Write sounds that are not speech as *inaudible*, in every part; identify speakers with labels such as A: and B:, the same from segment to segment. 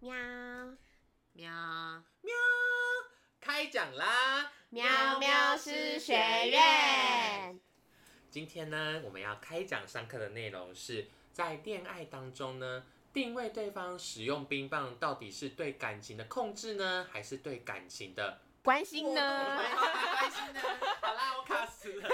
A: 喵
B: 喵，
C: 喵，开讲啦！
A: 喵喵师学院，
C: 今天呢，我们要开讲上课的内容是在恋爱当中呢，定位对方使用冰棒到底是对感情的控制呢，还是对感情的
A: 关心呢？
C: 开心呢？好啦，我卡死了。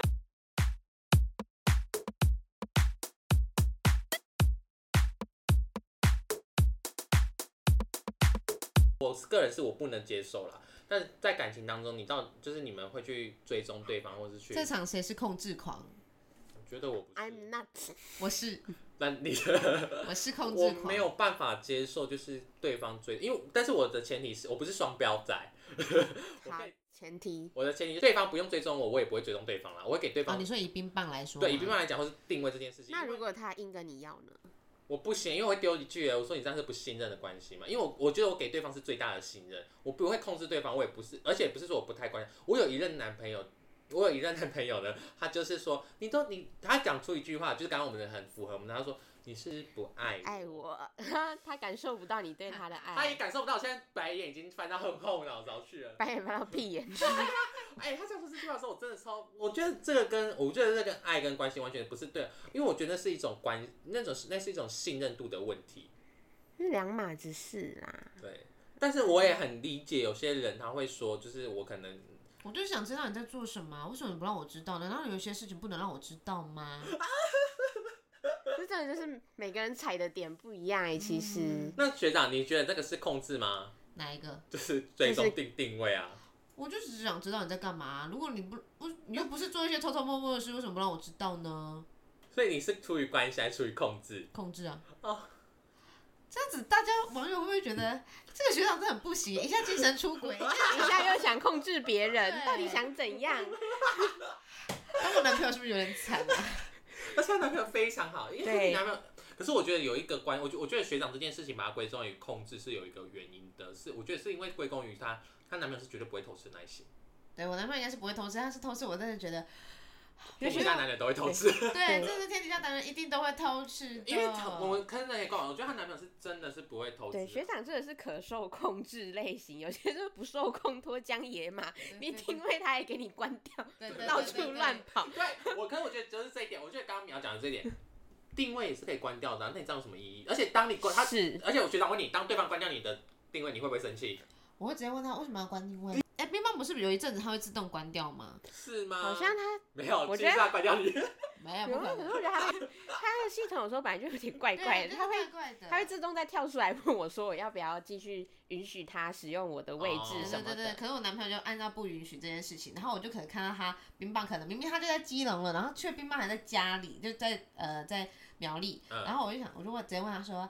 C: 我是个人是我不能接受啦，但是在感情当中，你到就是你们会去追踪对方，或是去，
B: 这场谁是控制狂？
C: 我觉得我不是
A: I'm，not *laughs*
B: 我是
C: 那你
B: 我是控
C: 我
B: 制狂，
C: 没有办法接受，就是对方追，因为但是我的前提是我不是双标仔，
A: 好
C: 可以，
A: 前提
C: 我的前提是对方不用追踪我，我也不会追踪对方啦，我会给对
B: 哦。
C: 方
B: 你说以冰棒来说吗，
C: 对，以冰棒来讲，或是定位这件事情，
A: 那
C: 因为
A: 如果他硬跟你要呢？
C: 我不行，因为我会丢一句，我说你这样是不信任的关系嘛，因为我我觉得我给对方是最大的信任，我不会控制对方，我也不是，而且不是说我不太关心，我有一任男朋友。我有一任男朋友呢，他就是说，你都你，他讲出一句话，就是刚刚我们的很符合我们的，他说你是不爱我
A: 爱我， *laughs* 他他感受不到你对他的
C: 他也
A: 爱，
C: 感受不到，现在白眼已经翻到后后脑勺去了。
A: 白眼翻到屁眼去。
C: 哎、他这样说这句话的时候，我真的超，我觉得这个跟我觉得这跟爱跟关系完全不是对的，因为我觉得那是一种关，那种那是一种信任度的问题。
A: 是两码子事啦，
C: 对，但是我也很理解有些人他会说，就是我可能
B: 我就是想知道你在做什么啊，为什么你不让我知道？难道有些事情不能让我知道吗？
A: 这真的就是每个人踩的点不一样哎、其实
B: 嗯
C: 那学长，你觉得这个是控制吗？
B: 哪一个？
C: 就是追踪
A: 就是
C: 定定位啊？
B: 我就只是想知道你在干嘛啊、如果你不，我你又不是做一些偷偷摸摸的事，为什么不让我知道呢？
C: 所以你是出于关系还是出于控制？
B: 控制啊！
C: 哦，
B: 这样子大家网友会不会觉得这个学长真的很不行，一下精神出轨，一下 *laughs*
A: 一下又想控制别人， *laughs*
B: 对
A: 到底想怎样？
B: 当我男朋友是不是有点惨啊？
C: 而且她男朋友非常好，因为
A: 对
C: 你男朋友。可是我觉得有一个关，我觉我觉得学长这件事情把它归功于控制是有一个原因的，是我觉得是因为归功于她，她男朋友是绝对不会偷吃的那一型，
B: 对我男朋友应该是不会偷吃，他是偷吃，我真的觉得，
C: 天底下男人都会偷吃，
B: *laughs* 对，这是天底下男人一定都会偷吃的。
C: 因为她我们看那些广告，我觉得她男朋友是真的是不会偷吃
A: 对，
C: 的。
A: 学长真的是可受控制类型，有些就是不受控，脱缰野马，你定位他也给你关掉，
B: 对对对
A: 到处乱跑。
C: 对我，可是我觉得就是这一点，我觉得刚刚苗讲的这一点，定位也是可以关掉的啊、那你这样有什么意义？而且当你关他，
A: 是，
C: 而且我学长问你，当对方关掉你的定位，你会不会生气？
B: 我会直接问他为什么要关定位。哎，冰棒不是有一阵子它会自动关掉吗？
C: 是吗？
A: 好像他，
C: 没有，
A: 我
C: 其
A: 觉
C: 实
A: 得
C: 他关掉你。
B: 没有，
A: 有
B: 呃不
A: 啊可是。
B: 可能
A: 我觉得他的他的系统有时候本来就有点怪怪的，
B: 对啊
A: 他会
B: 怪怪的，
A: 他会自动再跳出来问我说我要不要继续允许他使用我的位
C: 哦
A: 置什
B: 对
A: 么
B: 对对，
A: 的。
B: 可是我男朋友就按照不允许这件事情，然后我就可能看到他冰棒，可能明明他就在基隆了，然后却冰棒还在家里，就在呃在苗栗，
C: 嗯
B: 然后我就想，我就问直接问他说，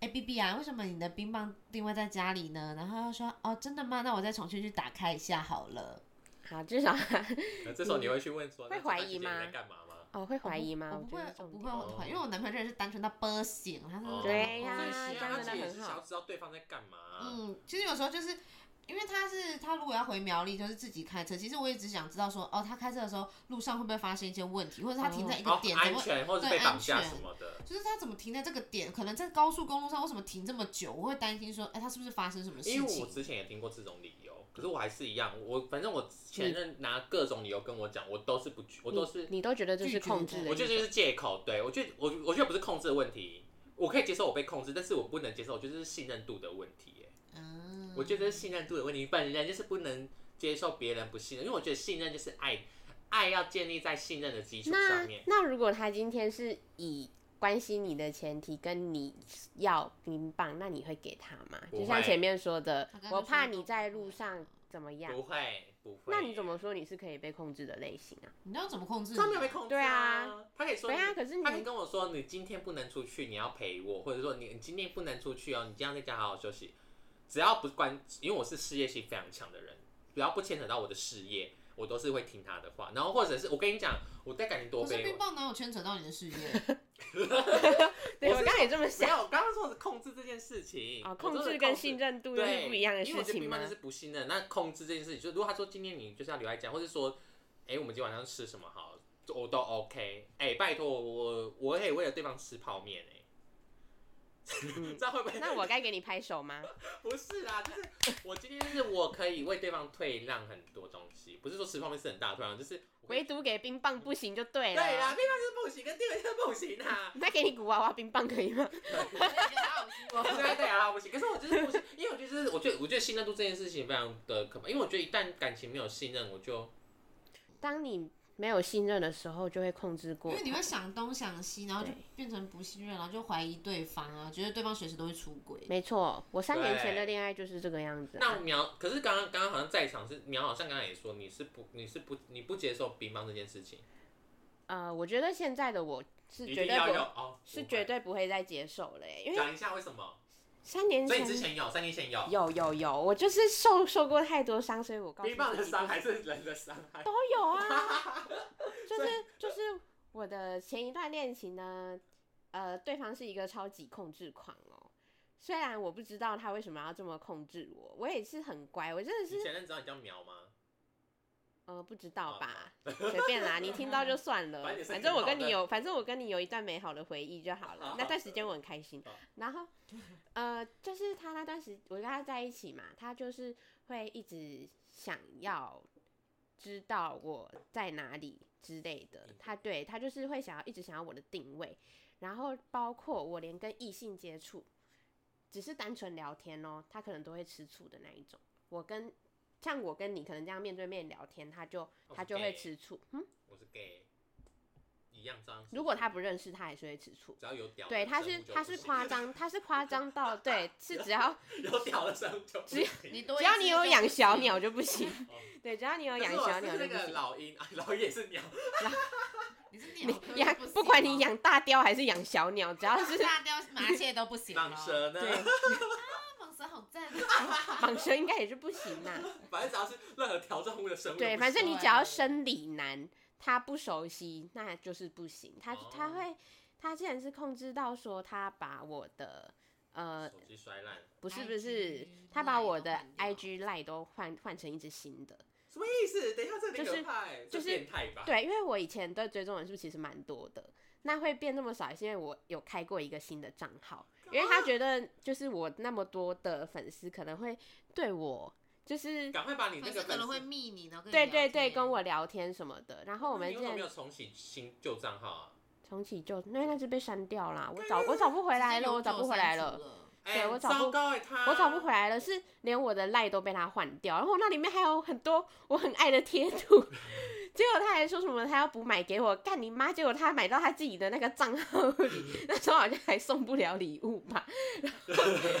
B: 哎、B B 啊，为什么你的冰棒定位在家里呢？然后他就说，哦，真的吗？那我再重新去打开一下好了。
A: 好，至少他
C: *laughs* 那这时候你会去问说，
A: 会
C: 那这段
A: 怀疑
C: 时间你
A: 吗
C: 在干嘛吗？
A: 哦会怀疑吗？
B: 我不
A: 觉
B: 会
A: 得，这
B: 我
A: 种
B: 不
A: 点
B: 会，我不会，因为我男朋友真的是单纯到不行，他是
C: 哦
A: 嗯对呀
C: 所以其实
A: 这样
C: 他
A: 真的
C: 其实也
A: 很
C: 是
A: 好
C: 想要知道对方在干嘛。
B: 嗯，其实有时候就是因为他是他如果要回苗栗，就是自己开车。其实我也只想知道说，哦，他开车的时候路上会不会发生一些问题，或者他停在一
C: 然
B: 个
C: 后
B: 点怎
C: 哦安
B: 么，
C: 全，或者是
B: 对
C: 被绑
B: 安
C: 架
B: 全
C: 什么的。
B: 就是他怎么停在这个点，可能在高速公路上为什么停这么久，我会担心说，哎、他是不是发生什么事
C: 因为我
B: 情？
C: 之前也听过这种理由，可是我还是一样，我反正我
A: 嗯
C: 前任拿各种理由跟我讲，我都是不去，我都是
A: 你都觉得这是
B: 拒绝
A: 控制
B: 的
A: 的
C: 我
A: 一
C: 觉得
A: 种，
C: 这就是借口，对我觉得我我觉得不是控制的问题，我可以接受我被控制，但是我不能接受，我觉得是信任度的问题耶。
B: 嗯，
C: 我觉得是信任度的问题，本人就是不能接受别人不信任，因为我觉得信任就是爱，爱要建立在信任的基础
A: 那
C: 上面。
A: 那如果他今天是以关心你的前提跟你要冰棒，那你会给他吗？
C: 不
A: 就像
C: 会
A: 前面说的
B: 他，刚刚
A: 我
B: 就
A: 怕
B: 说
A: 你
B: 都
A: 在
B: 不
A: 路
B: 会
A: 上怎么样？
C: 不会，不会。
A: 那你怎么说你是可以被控制的类型啊？
B: 你要怎么控制你啊？
C: 他没有被控制、
A: 对
C: 啊
A: 啊，
C: 他可以说
A: 对啊可是你
C: 他可
A: *laughs*
C: 以跟我说，你今天不能出去，你要陪我，或者说你你今天不能出去哦，你今天在家好好休息。只要不关，因为我是事业心非常强的人，只要不牵扯到我的事业，我都是会听他的话。然后或者是我跟你讲，我在感情多
B: 可是
C: 卑微
B: 冰。棒哪有牵扯到你的事业？
C: *laughs*
A: 对
C: 我
A: 我
C: 是
A: 刚才也这么
C: 没
A: 想
C: 有，我刚刚说的是控制这件事情，
A: 啊，
C: 我
A: 控
C: 说的
A: 制
C: 是
A: 跟
C: 控
A: 信任度又
C: 对
A: 是不一样的
C: 因为
A: 事
C: 我觉得
A: 情
C: 平
A: 吗
C: 凡就？是不信任，那控制这件事情，就如果他说今天你就是要留在家，或是说，哎、我们今晚上吃什么好，我都 OK。哎、拜托我，我也为了对方吃泡面哎、
A: 嗯
C: 欸 *laughs* 这样会不会？
A: 那我该给你拍手吗？
C: 不是啦，就是我今天就是我可以为对方退让很多东西，不是说吃泡面是很大的退让，就是我可以
A: 唯独给冰棒不行就对
C: 对啊
A: 了。
C: 啦，对方是不行，跟地位是不行啊。
A: *laughs* 那给你古娃娃冰棒可以吗？
B: 我也觉得他好辛苦 *laughs*
C: 对啊对啊，不行。可是我就是不行，因为我就是我觉得我觉得信任度这件事情非常的可怕，因为我觉得一旦感情没有信任，我就
A: 当你没有信任的时候，就会控制过
B: 因为。你会想东想西，然后就
A: 对
B: 变成不信任，然后就怀疑对方啊，觉得对方随时都会出轨。
A: 没错，我三年前的
C: 对
A: 恋爱就是这个样子、
C: 那
A: 啊。
C: 苗，可是刚刚刚刚好像在场是苗，好像刚刚也说你是不你是不你不接受冰棒这件事情，
A: 呃，我觉得现在的我是
C: 一
A: 绝
C: 定
A: 对
C: 要有
A: 不，
C: 哦，
A: 是
C: 我
A: 绝对不会再接受了欸耶，因为
C: 讲一下为什么？
A: 三年
C: 所以你之
A: 前
C: 前有，三年前有
A: 有有有，我就是受受过太多伤，所以我告诉
C: 冰棒
A: 自
C: 的
A: 己
C: 伤害是人的伤害，
A: 都有啊，就是就是我的前一段恋情呢，呃，对方是一个超级控制狂哦。虽然我不知道他为什么要这么控制我，我也是很乖，我真的
C: 你
A: 是
C: 前任知道你叫苗吗？
A: 呃不知道吧，随便啦，你听到就算了
C: 哦 *laughs* 反正也，是
A: 反正我跟你
C: 挺
A: 有，反正我跟你有一段美好的回忆就好了
C: 好。哦
A: 那段时间我很开心
C: 好，
A: 然后呃，就是他那段时我跟他在一起嘛，他就是会一直想要知道我在哪里之类的
C: 嗯，
A: 他对他就是会想要一直想要我的定位，然后包括我连跟异性接触，只是单纯聊天哦，他可能都会吃醋的那一种。我跟像我跟你可能这样面对面聊天，他就
C: 哦我是
A: 他就会
C: gay
A: 吃醋。嗯，
C: 我是 gay，一样脏。
A: 如果他不认识，他还是会吃醋。
C: 只要有屌的
A: 对，
C: 生物哦就
A: 他
C: 不
A: 是
C: 行，
A: 他是夸张，他是夸张
C: *laughs*
A: 到对，是只要
C: 有屌的生物就不行
B: 你多
A: 只
B: 一
A: 要
B: 次
A: 你有
B: 就
A: 养
B: 不行
A: 小鸟就不行
C: 哦，
A: 对，只要你有养
C: 可是我
A: 小
C: 是
A: 鸟就
C: 那
A: 不
C: 个
A: 行。
C: 老鹰啊，老鹰也是鸟，
B: 你是
A: 你
B: 鸟科
A: 养
B: 就行
A: 不管你
B: 哦
A: 养大雕还是养小鸟，只要
C: *laughs*
A: 是
B: 大雕麻雀都不行哦。
C: 蟒蛇呢？
A: 对
B: 啊，蟒蛇好赞啊！
A: 蟒蛇应该也是不行呐、
C: 反正只要是任何条状物的生物都不啊行，
A: 对，反正你
B: 对
A: 只要生理男他不熟悉，那就是不行。他、他
C: 哦
A: 会，他竟然是控制到说他把我的呃，
C: 手机摔烂，
A: 不是
B: IG
A: 不是，他把我的
B: line 都换
A: IG 赖都换换成一只新的。
C: 什么意思？等一下这里
A: 就是
C: 可怕欸，
A: 就是
C: 这变态吧？
A: 对，因为我以前的追踪人数其实蛮多的，那会变那么少，也是因为我有开过一个新的账号，
C: 哦啊
A: 因为他觉得就是我那么多的粉丝可能会对我就是
C: 赶快把你那
B: 粉
C: 个
B: 丝
C: 粉
B: 可
C: 丝
B: 能会密你，然后跟你
A: 对
B: 聊
A: 对对
B: 天
A: 跟我聊天什么的，然后我
C: 那
A: 们
C: 你
A: 现
C: 为什么没
A: 在
C: 有重启新旧账号啊？
A: 重启就因为那只被删掉啦，我找我找不回来了，我找不回来了。。对
C: 哎
A: 我找不
C: 糟糕哎，他
A: 我找不回来了，是连我的赖都被他换掉，然后那里面还有很多我很爱的贴图， *laughs* 结果他还说什么他要补买给我，干你妈！结果他买到他自己的那个账号 *laughs* 里，那时候好像还送不了礼物吧， *laughs* 然后然后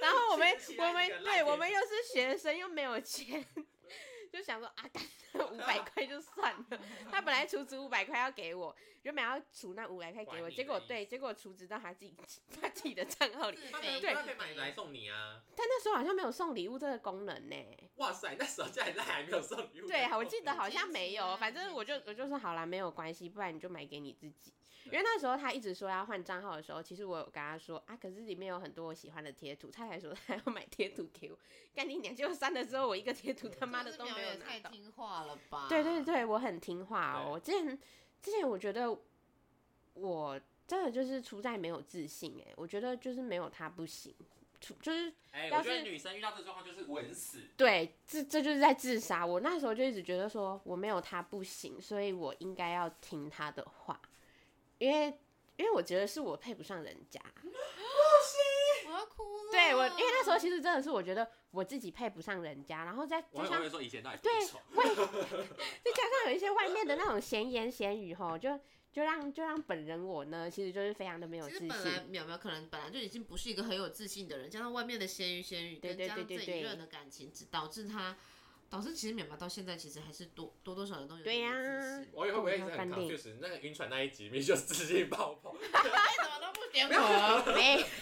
A: 然后
C: *laughs*
A: 我们
C: 亲戚啊
A: 我们
C: 你的赖
A: 对
C: 贴
A: 我们又是学生又没有钱。就想说啊，干五百块就算了。他本来储值五百块要给我，原本要储那五百块给
C: 还
A: 我，
C: 你
A: 结
C: 的
A: 果
C: 意思
A: 对，结果储值到他自己 *laughs* 他自己的账号里，
C: 他可以
A: 对
C: 他可以买来送你啊！
A: 但那时候好像没有送礼物这个功能呢。
C: 哇塞，那 *laughs* 时候竟然赖还没有送礼物，
A: 对，我记得好像没
B: 很
A: 有，
B: 年轻啊
A: 反正我就
B: 很年轻
A: 我就说好啦，没有关系，不然你就买给你自己。因为那时候他一直说要换账号的时候，其实我有跟他说啊，可是里面有很多我喜欢的贴图，他还说他要买贴图给我，干你娘！结果删了之后，我一个贴图他妈的都没有
B: 有
A: 拿
B: 太
A: 到。
B: 听话了啊吧？
A: 对对对，我很听话哦。
C: 对
A: 我之前之前我觉得我真的就是出在没有自信哎、我觉得就是没有他不行，出就是
C: *laughs* 哎，
A: 要
C: 我
A: 是
C: 觉得女生遇到这个状况就是稳死，
A: 对，这这就是在自杀。我那时候就一直觉得说我没有他不行，所以我应该要听他的话，因为因为我觉得是我配不上人家。
B: 我要哭了。
A: 对我，因为那时候其实真的是我觉得我自己配不上人家，然后再
C: 我
A: 加
C: 还
A: 上
C: 会说以前到底多
A: 对
C: 丑，
A: 外，再加上有一些外面的那种闲言闲语吼，就就让就让本人我呢，其实就是非常的没有
B: 其
A: 自
B: 实本来
A: 信。
B: 淼淼可能本来就已经不是一个很有自信的人，加上外面的闲鱼闲语，
A: 对
B: 跟
A: 对
B: 加上这
A: 对对对
B: 一任的感情，只导致他导致其实淼淼到现在其实还是多多多少少都有
A: 对
B: 点
A: 呀
B: 自信
C: 我也会不会一直很
A: 我要翻脸
C: confused？那个晕船那一集明明就是自信爆棚，
A: 嗯
B: 为哎什么都不点我？
A: 没， *laughs*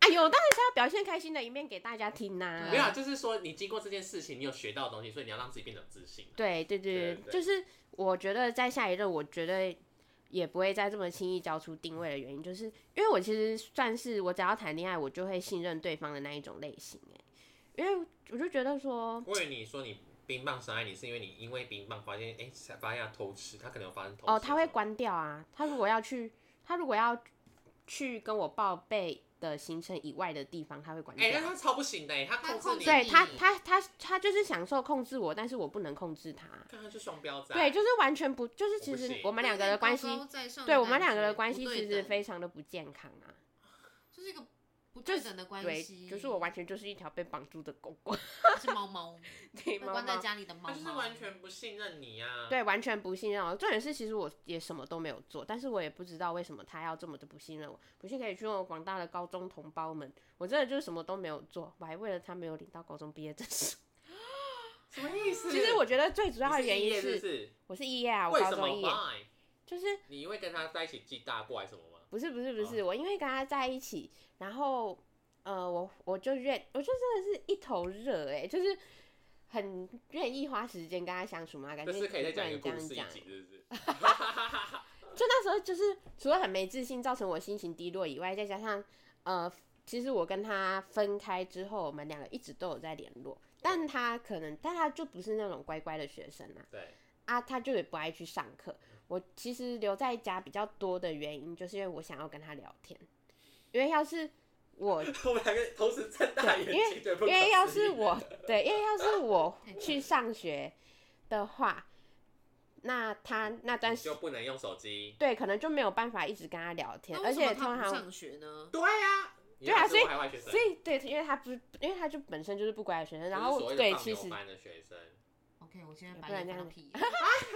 A: 哎呦，当然是要表现开心的一面给大家听呐、
B: 对
C: 没有啊，就是说你经过这件事情，你有学到的东西，所以你要让自己变得有自信。
A: 对对对，
C: 对对
A: 就是我觉得在下一任，我觉得也不会再这么轻易交出定位的原因，就是因为我其实算是我只要谈恋爱，我就会信任对方的那一种类型哎，因为我就觉得说，
C: 我以为你说你冰棒伤害你，是因为你因为冰棒发现，哎、
A: 哦
C: 发现他偷吃，他可能有发生偷吃。
A: 哦，他会。关掉啊，他如果要去，他如果要去跟我报备的行程以外的地方，他会管
C: 哎、
A: 掉
C: 那。他超不行的、欸，他控制你，
A: 对他
B: 你，
A: 他他他就是享受控制我，但是我不能控制他。
C: 看他就双标仔。
A: 对，就是完全不，就是其
C: 啊我不
A: 实
C: 行
A: 我们两个的关系，对
B: 对
A: 我们两个的关系
B: 嗯不对
A: 其实
B: 等
A: 非常的不健康啊。
B: 就是一个不对等的关
A: 对
B: 系，，
A: 就是我完全就是一条被绑住的狗狗，
B: 是猫
A: *laughs*
B: 猫，
A: 对
B: 被
A: 猫
B: 关在
A: 猫，
B: 家里的猫
C: 他
B: 猫，
C: 就是完全不信任你啊。，
A: 对，完全不信任哦我。重点是，其实我也什么都没有做，但是我也不知道为什么他要这么的不信任我。不信可以去问我广大的高中同胞们，我真的就是什么都没有做，我还为了他没有领到高中毕业证书。 *laughs*
C: 什么意思？
A: 其实我觉得最主
C: 主
A: 要的原因
C: 是
A: 是，
C: 不是
A: 我是毕业啊，我
C: 为
A: 高
C: 什么
A: 中毕业，
C: ？Why？
A: 就是
C: 你会跟他在一起记大过还是什么吗？
A: 不是不是不
C: 嗯
A: 是，我因为跟他在一起，然后呃，我我就愿，我就真的是一头热哎、就是很愿意花时间跟他相处嘛，感觉
C: 这是可以再讲一
A: 也不
C: 个故
A: 能
C: 事
A: 这
C: 一
A: 样讲。
C: 集，是不是？
A: 就那时候就是除了很没自信，造成我心情低落以外，再加上呃，其实我跟他分开之后，我们两个一直都有在联络，但他可能，但他就不是那种乖乖的学生啊，
C: 对， *laughs*
A: 啊，他就也不爱去上课。我其实留在家比较多的原因，就是因为我想要跟他聊天。因为要是
C: *laughs*
A: 我，
C: 我们两个同时睁大
A: 对
C: 眼
A: 因为
C: 睛，对不
A: 因
C: 可思议？
A: 为要是我， *laughs* 对，因为要是我去上学的话，那他那段
C: 你
A: 时
C: 就不能用手机。
A: 对可能就没有办法一直跟他聊天，而
B: 那为什么
A: 且
B: 他
A: 通
B: 不
A: 常
B: 上学呢，
C: 对啊，
A: 对啊
C: 你还是
A: 所以
C: 海外学生
A: 所，以对，因为他不，因为他就本身就是不乖的学生，然
C: 就是所
A: 后
C: 谓的
A: 对，
C: 放
A: 其
C: 牛
A: 实
C: 班的学生，
B: ？OK，我现在
A: 不
B: 白
A: 然
B: 眼
A: 这
B: 放
A: 样 *laughs*
B: 屁，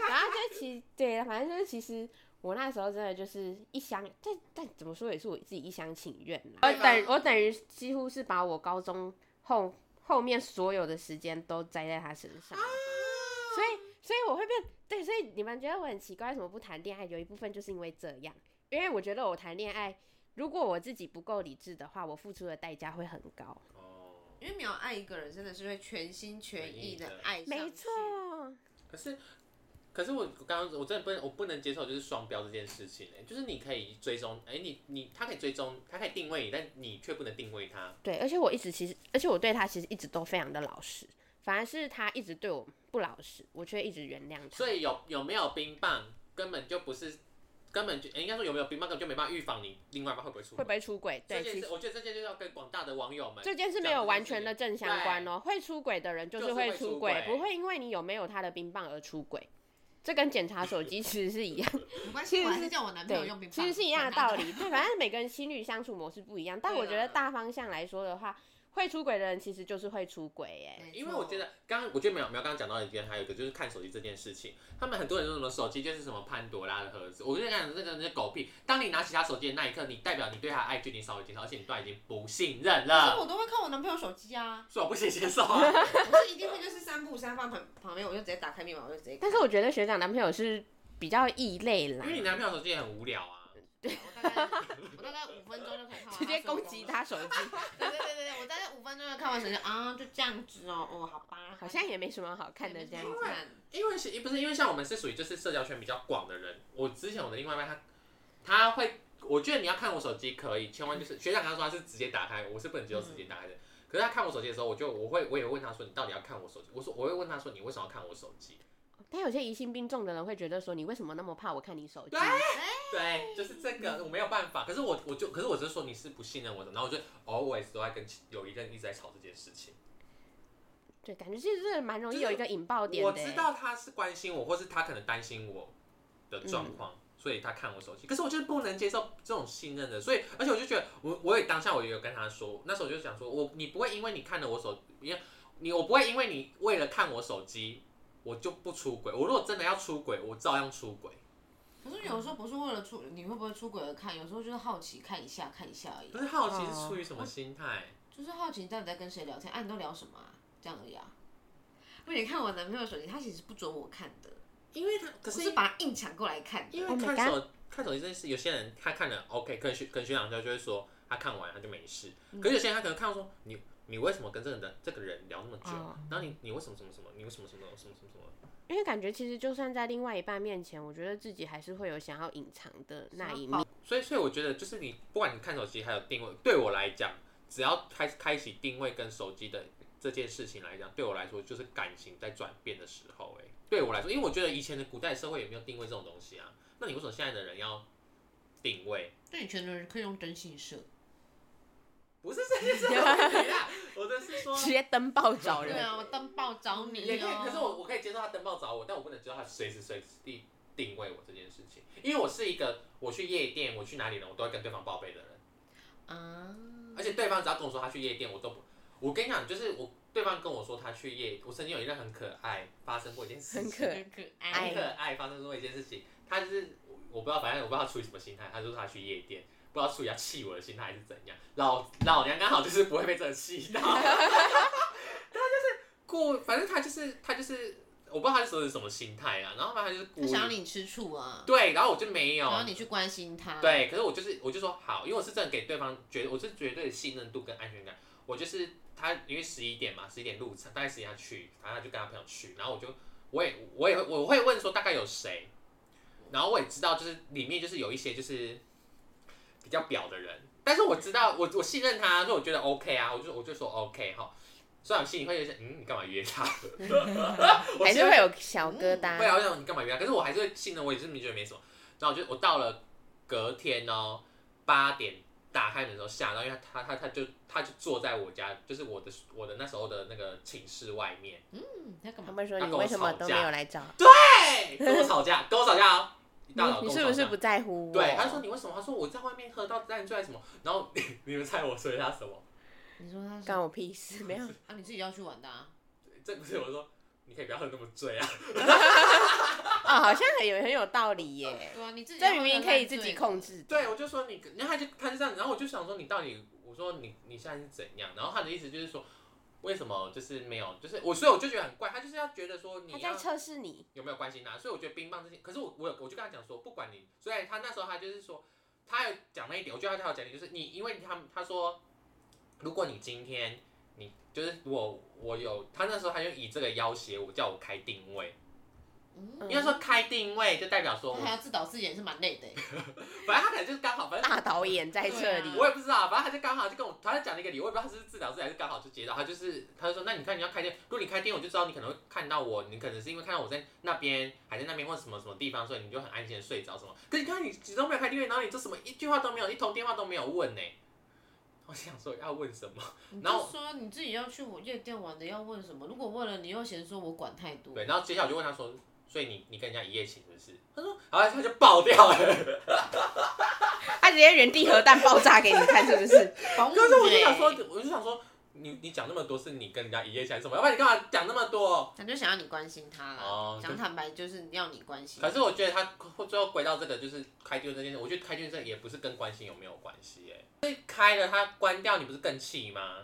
A: 然后就其对，反正就是其实我那时候真的就是一厢，但但怎么说也是我自己一厢情愿啦。我
C: 对吧
A: 等我等于几乎是把我高中后后面所有的时间都栽在他身上，所以所以我会变对，所以你们觉得我很奇怪，为什么不谈恋爱？有一部分就是因为这样，因为我觉得我谈恋爱，如果我自己不够理智的话，我付出的代价会很高。
C: 哦。
B: 因为苗爱一个人真的是会全心全意的爱上去，
A: 没错，
C: 可是，可是我我刚刚我真的不能，我不能接受就是双标这件事情、欸、就是你可以追踪，哎、你你他可以追踪，他可以定位你，但你却不能定位他。
A: 对，而且我一直其实，而且我对他其实一直都非常的老实，反而是他一直对我不老实，我却一直原谅他。
C: 所以有有没有冰棒根本就不是，根本就、欸应该说有没有冰棒根本就没办法预防你另外一半会不会出
A: 会
C: 门。
A: 不会出轨？
C: 这
A: 对，
C: 件
A: 其
C: 事
A: 实
C: 我觉得这件事要跟广大的网友们，
A: 这件事没有完全的正相关哦。会出轨的人就
C: 就是
A: 会
C: 会
A: 出
C: 出
A: 轨
C: 轨，
A: 不会因为你有没有他的冰棒而出轨。这跟检查手机其实是 *laughs* 一样，
B: 没关系，
A: 其实
B: 我
A: 是
B: 还是叫我男朋友
A: 对
B: 用，冰棒，
A: 其实是一样的
B: 管他
A: 道理。 *laughs* 对，反正每个人情侣相处模式不一样，但
C: 对
A: 我觉得
C: 啦
A: 大方向来说的话，会出轨的人其实就是会出轨，哎，
B: 没错
C: 因为我觉得刚刚我觉得苗苗刚刚讲到一点，还有一个就是看手机这件事情，他们很多人说什么手机就是什么潘多拉的盒子，我就讲这个那些狗屁。当你拿起他手机的那一刻，你代表你对他的爱距离稍微减少，而且你对他已经不信任
B: 可是
C: 了，
B: 我都会看我男朋友手机 *laughs* 啊，
C: 所以我不行接受、
B: *laughs*
C: 啊。
B: 我是一定会就是三步三放旁旁边，我就直接打开密码，我就直接看。
A: 但是我觉得学长男朋友是比较异类啦
C: 因，为你男朋友手机也很无聊啊，
B: 我大概我大概五分钟就可以看完，
A: 直接攻击他。手机。
B: 对对对对，我大概五分钟就看完手机啊，就这样子哦，哦，好吧，
A: 好像也没什么好看的这样
B: 也没
A: 子
B: 什。么好看
C: 因为是不是因为像我们是属于就是社交圈比较广的人，我之前我的另外一半他他会，我觉得你要看我手机可以，千万就是学长刚刚说他是直接打开，我是不能接受直接打开的。可是他看我手机的时候，我就我会我也会问他说你到底要看我手机？我说我会问他说你为什么要看我手机？
A: 但有些疑心病重的人会觉得说，你为什么那么怕我看你手机
C: 对？对，就是这个我没有办法。可是我我就可是我只是说你是不信任我的，然后我就 always 都在跟其有一任一直在吵这件事情。
A: 对，感觉其实是蛮容易
C: 就是
A: 有一个引爆点
C: 我
A: 的
C: 知
A: 欸。
C: 道他是关心我，或是他可能担心我的状况。所以他看我手机，可是我就是不能接受这种信任的，所以而且我就觉得我我也当下我也有跟他说，那时候我就想说，我你不会因为你看了我手，因为你我不会因为你为了看我手机，我就不出轨。我如果真的要出轨，我照样出轨。
B: 可是有时候不是为了出你会不会出轨而看，有时候就是好奇看一下看一下而已
C: 不，是好奇是出于什么心态？
B: 就是好奇你到底在跟谁聊天，啊，你都聊什么啊，这样而已啊。而且你看我男朋友手机，他其实不准我看的，
C: 因为他可
B: 可
C: 是
B: 是把他硬抢过来看的。
C: 因
A: Oh
C: 为
A: my
C: 看手、看手机这件事，有些人他看了 OK，可能学可能学长教就会说他看完他就没事，
A: 嗯
C: 可是有些人他可能看到说你你为什么跟这个人这个人聊那么久，
A: 哦
C: 然后你你为什么什么什么，你为什么什么什么什么什么，
A: 因为感觉其实就算在另外一半面前，我觉得自己还是会有想要隐藏的那一 *laughs* 面。
C: 所以所以我觉得就是你不管你看手机还有定位，对我来讲，只要开开启定位跟手机的这件事情来讲，对我来说就是感情在转变的时候、欸哎，对我来说，因为我觉得以前的古代社会也没有定位这种东西啊，那你为什么现在的人要定位，
B: 那你觉得可以用征信社？
C: 不是这件事的问题啦，我的是
A: *laughs*
C: 说
A: 直。接登报找
B: 对
A: 人。
B: 啊，我登报找你、哦。
C: 也可以，可是我我可以接受他登报找我，但我不能接受他随时随地定位我这件事情，因为我是一个我去夜店，我去哪里呢，我都会跟对方报备的人，
B: 啊，
A: 嗯
C: 而且对方只要跟我说他去夜店，我都不，我跟你讲，就是我对方跟我说他去夜，我曾经有一个很可爱发生过一件事情，
A: 很可
B: 可
A: 爱
C: 很可爱发生过一件事情，他就是我我不知道，反正我不知道他出于什么心态，他就说他去夜店。不知道出于要气我的心态还是怎样，老老娘刚好就是不会被这个气
B: *laughs*
C: 到，他就是故，反正他就是他就是，我不知道他是是什么心态啊，然后反正他就是故
B: 他想要
C: 意，
B: 你吃醋啊，
C: 对，然后我就没有
B: 想，要你去关心他。，
C: 对，可是我就是我就说好，因为我是真的给对方绝，我是绝对的信任度跟安全感。我就是他，因为十一点嘛，十一点入场，大概十点他去，然后他就跟他朋友去，然后我就我也我也我会问说大概有谁，然后我也知道就是里面就是有一些就是比较表的人，但是我知道我我信任他，所以我觉得 OK 啊，我就我就说 OK 哈。虽然我心里会有些嗯，你干嘛约他？ *laughs* 我
A: 还
C: 心里
A: 是会有小疙
C: 会
A: 瘩。
C: 啊，我想你干嘛约他？可是我还是会信任，我也是觉得没什么。然后我就我到了隔天哦，八点打开门的时候吓到，因为他他他他就他就坐在我家，就是我的我的那时候的那个寝室外面，
B: 嗯，他干
A: 他
B: 嘛？
A: 们说
C: 他
A: 你
C: 跟我
A: 为什么
C: 吵
A: 都没
C: 架
A: 有来找？
C: 哎，跟我吵架，跟我吵架哦，一
A: 你
C: 大早跟
A: 你
C: 我
A: 是不
C: 吵
A: 是
C: 架
A: 不在乎我？
C: 对，他说你为什么？他说我在外面喝到烂醉什么，然后 *laughs* 你们猜我说他什么？
B: 你说他
A: 干
B: 干
A: 我屁事， *laughs* 没有。
B: 啊？你自己要去玩的啊？
C: 这不是我说，你可以不要喝那么醉啊。
A: 哦，好像很有很有道理耶。
B: 对啊，你自己
A: 这明明可以自己控制
B: 制。
A: 的。
C: 对，我就说你，然后他就他就这样子，然后我就想说你到底，我说你你现在是怎样？然后他的意思就是说，为什么就是没有，就是我，所以我就觉得很怪，他就是要觉得说你
A: 他
C: 要
A: 在测试你，
C: 有没有关心他，所以我觉得冰棒这些，可是我我有我就跟他讲说，不管你，虽然他那时候他就是说，他有讲那一点，我觉得他有讲一点，就是你，因为他他说，如果你今天你就是我我有，他那时候他就以这个要挟我，叫我开定位，
B: 嗯，
A: 嗯
C: 应该说开定位就代表说
B: 他
C: 我，
B: 还要自导自演是蛮累的欸。
C: 反正他可能就是刚好，反正
A: 大导演在这
B: 对啊
A: 里，
C: 我也不知道，反正他就刚好就跟我，他就讲了一个理由，我也不知道他是自导自演还是刚好就接到，他就是他就说，那你看你要开店，如果你开店，我就知道你可能会看到我，你可能是因为看到我在那边，还在那边或什么什么地方，所以你就很安心的睡着什么。可是你看你始终没有开店，然后你这什么一句话都没有，一通电话都没有问呢、我想说要问 *laughs* 什么？
B: 你
C: 然后
B: 就说你自己要去我夜店玩的，要问什么？如果问了，你又嫌说我管太多，
C: 对，然后接下来我就问他说，所以你你跟人家一夜情是不是？他说，然后他就爆掉了。
A: 他直接原地核弹爆炸给你看，是不 *laughs* 是？
B: 保姆
C: *laughs* 可是我就
B: 欸
C: 想说， *laughs* 我就想说，你你讲那么多是你跟人家一夜情还是什么？要不然你干嘛讲那么多？
B: 他就想要你关心他啦
C: 哦。
B: 讲坦白就是要你关心
C: 可。是我觉得他最后回到这个就是开店这件事，我觉得开店这也不是跟关心有没有关系哎、欸，所以开了他关掉，你不是更气吗？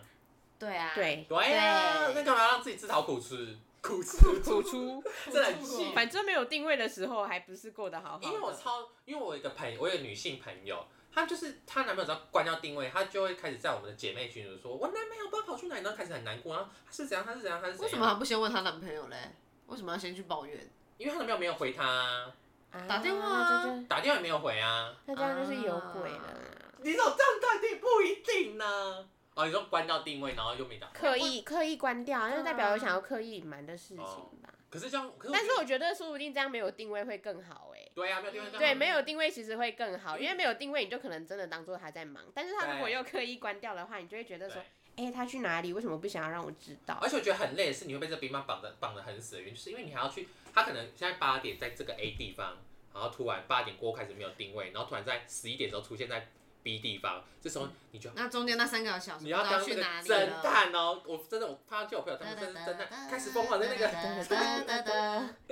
B: 对啊，
A: 对，
C: 对呀、
B: 对
C: 那干嘛让自己自讨苦吃？苦吃，
A: 吐出，
C: 真的很气。
A: 反正没有定位的时候，还不是过得好好的。
C: 因为我超，因为我有一个朋友，我有一个女性朋友，她就是她男朋友只要关掉定位，她就会开始在我们的姐妹群里说，我男朋友不知道跑去哪里，然后开始很难过，然后他是怎样，他是怎样，他是怎
B: 为
C: 样，
B: 什么她不先问她男朋友嘞？为什么要先去抱怨？
C: 因为她男朋友没有回她啊，
A: 啊
B: 打电话啊
A: 这就
C: 打电话也没有回啊。
A: 那这样就是有鬼了啦，
C: 你怎么这样断定不一定
B: *laughs*
C: 呢？哦，你说关掉定位，然后又没打。
A: 刻意刻意关掉，那就代表有想要刻意隐瞒的事情
C: 哦
A: 吧。
C: 可是这样，可是
A: 啊但是
C: 觉得
A: 我觉得说不定这样没有定位会更好哎。
C: 对呀、啊没有定位这样
A: 对，
C: 好
A: 没有定位其实会更好，
C: 嗯
A: 因为没有定位，你就可能真的当做他在忙。但是他如果
C: 对
A: 又刻意关掉的话，你就会觉得
C: 对
A: 说，哎、他去哪里？为什么不想要让我知道？
C: 而且我觉得很累的是，你会被这冰棒绑的绑的很死的原因，就是因为你还要去，他可能现在八点在这个 A 地方，然后突然八点过后开始没有定位，然后突然在十一点的时候出现在 B 地方，这时候你就、
B: 嗯那中间那三个小时
C: 你要
B: 不知道
C: 当
B: 去
C: 这个
B: 哪里
C: 侦
B: 了？
C: 探哦！我真的，我他就有朋友他们真的是侦探，开始疯狂在那个，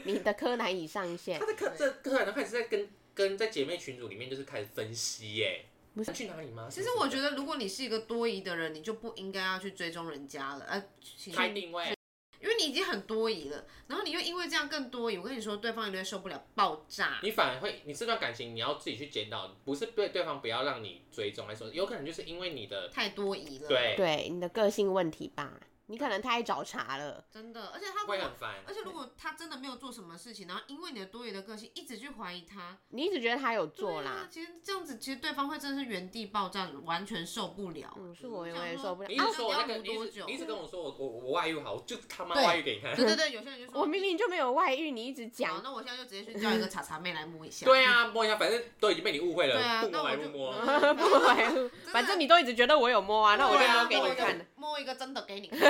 A: 你的柯南已上线
C: 他，在看这个，然后开始在跟跟在姐妹群组里面就是开始分析耶，
A: 不是
C: 去哪里吗？
B: 其实我觉
C: 得
B: 得，如果你是一个多疑的人，你就不应该要去追踪人家了，呃，其实
C: 开定位，
B: 因为你已经很多疑了，然后你又因为这样更多疑，我跟你说，对方一定会受不了，爆炸。
C: 你反而会，你这段感情你要自己去检讨，不是对对方不要让你追踪来说，有可能就是因为你的
B: 太多疑了，，
C: 对，
A: 对你的个性问题吧？你可能太找茬了。
B: 真的，而且他如
C: 会
B: 果，
C: 很烦。
B: 而且如果他真的没有做什么事情，然后因为你的多余的个性一直去怀疑他，
A: 你一直觉得他有做
B: 对啊
A: 啦，
B: 其实这样子，其实对方会真的是原地爆炸，完全受不了。
A: 嗯，是我永远受不了
C: 你一
A: 啊
C: 直！说我那个，
B: 啊
C: 你
B: 不
C: 一
B: 要读多
C: 直
B: 久
C: 你一直跟
B: *laughs*
C: 我说我我我外遇好，我就他妈
B: 对
C: 外遇给你看。
B: 对对对，有些人
C: 啊
B: 就说
A: 我明明就没有外遇，你一直
B: 好
C: 哦
A: 讲，
B: 那我现在就直接去叫一个茶茶妹来摸一下。
C: 对啊，摸一下，反正都已经被你误会
B: 对啊
C: 了，不
B: 那
C: 摸
B: 我
C: 白
B: 就
C: 不摸。
B: 嗯
A: *laughs* 不外
C: *laughs*
A: 遇，
B: 的
A: 反正你都一直觉得我有摸啊，那我就
C: 对啊
A: 摸给
C: 那
A: 你
C: 我就
A: 看。
B: 摸一个真的给你
C: *laughs*
B: 看，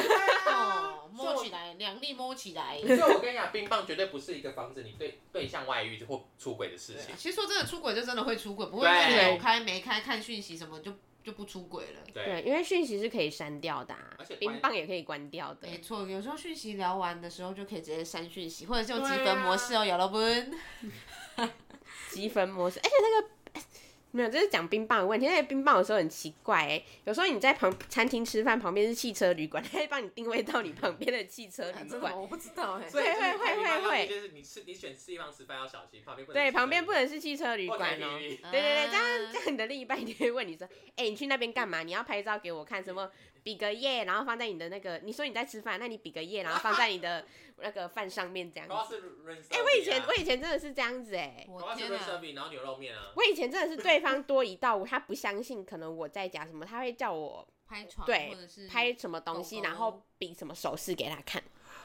B: 哦，摸起来，两粒摸起来。
C: *laughs* 所以我跟你讲，冰棒绝对不是一个防止你对对象外遇或出轨的事
B: 对啊
C: 情。
B: 其实说真的，出轨就真的会出轨，不会因为
A: 对
B: 你有开没开、看讯息什么就就不出轨了。
C: 对，
A: 对，啊因为讯息是可以删掉的、啊
C: 而且，关
A: 冰棒也可以关掉的。
B: 没错，有时候讯息聊完的时候就可以直接删讯息，或者是用积
C: 对啊
B: 分模式哦，有了不？
A: 积分模式，而且那个没有，这是讲冰棒的问题。而且冰棒有时候很奇怪、欸，有时候你在旁餐厅吃饭，旁边是汽车旅馆，它会帮你定位到你旁边的汽车旅
C: 啊
A: 馆。
B: 我不知道哎
C: 所以就是
A: 会会
C: 冰棒
A: 会会
C: 就是你吃你选吃地方吃饭要小心，旁边不能
A: 对，
C: 吃
A: 旁边不
C: 饭
A: 能是汽车旅
C: 或
A: 馆
C: 者
A: 哦、
C: 地狱
A: 对
B: 啊
A: 对对，这样 *laughs* 这样你的另一半就会问你说，哎、你去那边干嘛？你要拍照给我看，什么比个耶，然后放在你的那个，你说你在吃饭，那你比个耶，然后放在你的那个饭上面这样
C: 搞不好
A: 子。
C: 是 r
A: 哎、我以
C: 啊
A: 前我以前真的是这样子哎、
C: 搞不好
B: 我
C: 是
B: 天啊
C: r
B: 哪
C: e！然后牛肉面啊。
A: 我以前真的是对方多一道，他不相信，可能我在讲什么，他会叫我
B: 拍床
A: 对
B: 或者是
A: 拍什么东西，
B: 狗狗
A: 然后比什么手势给他看。 *laughs*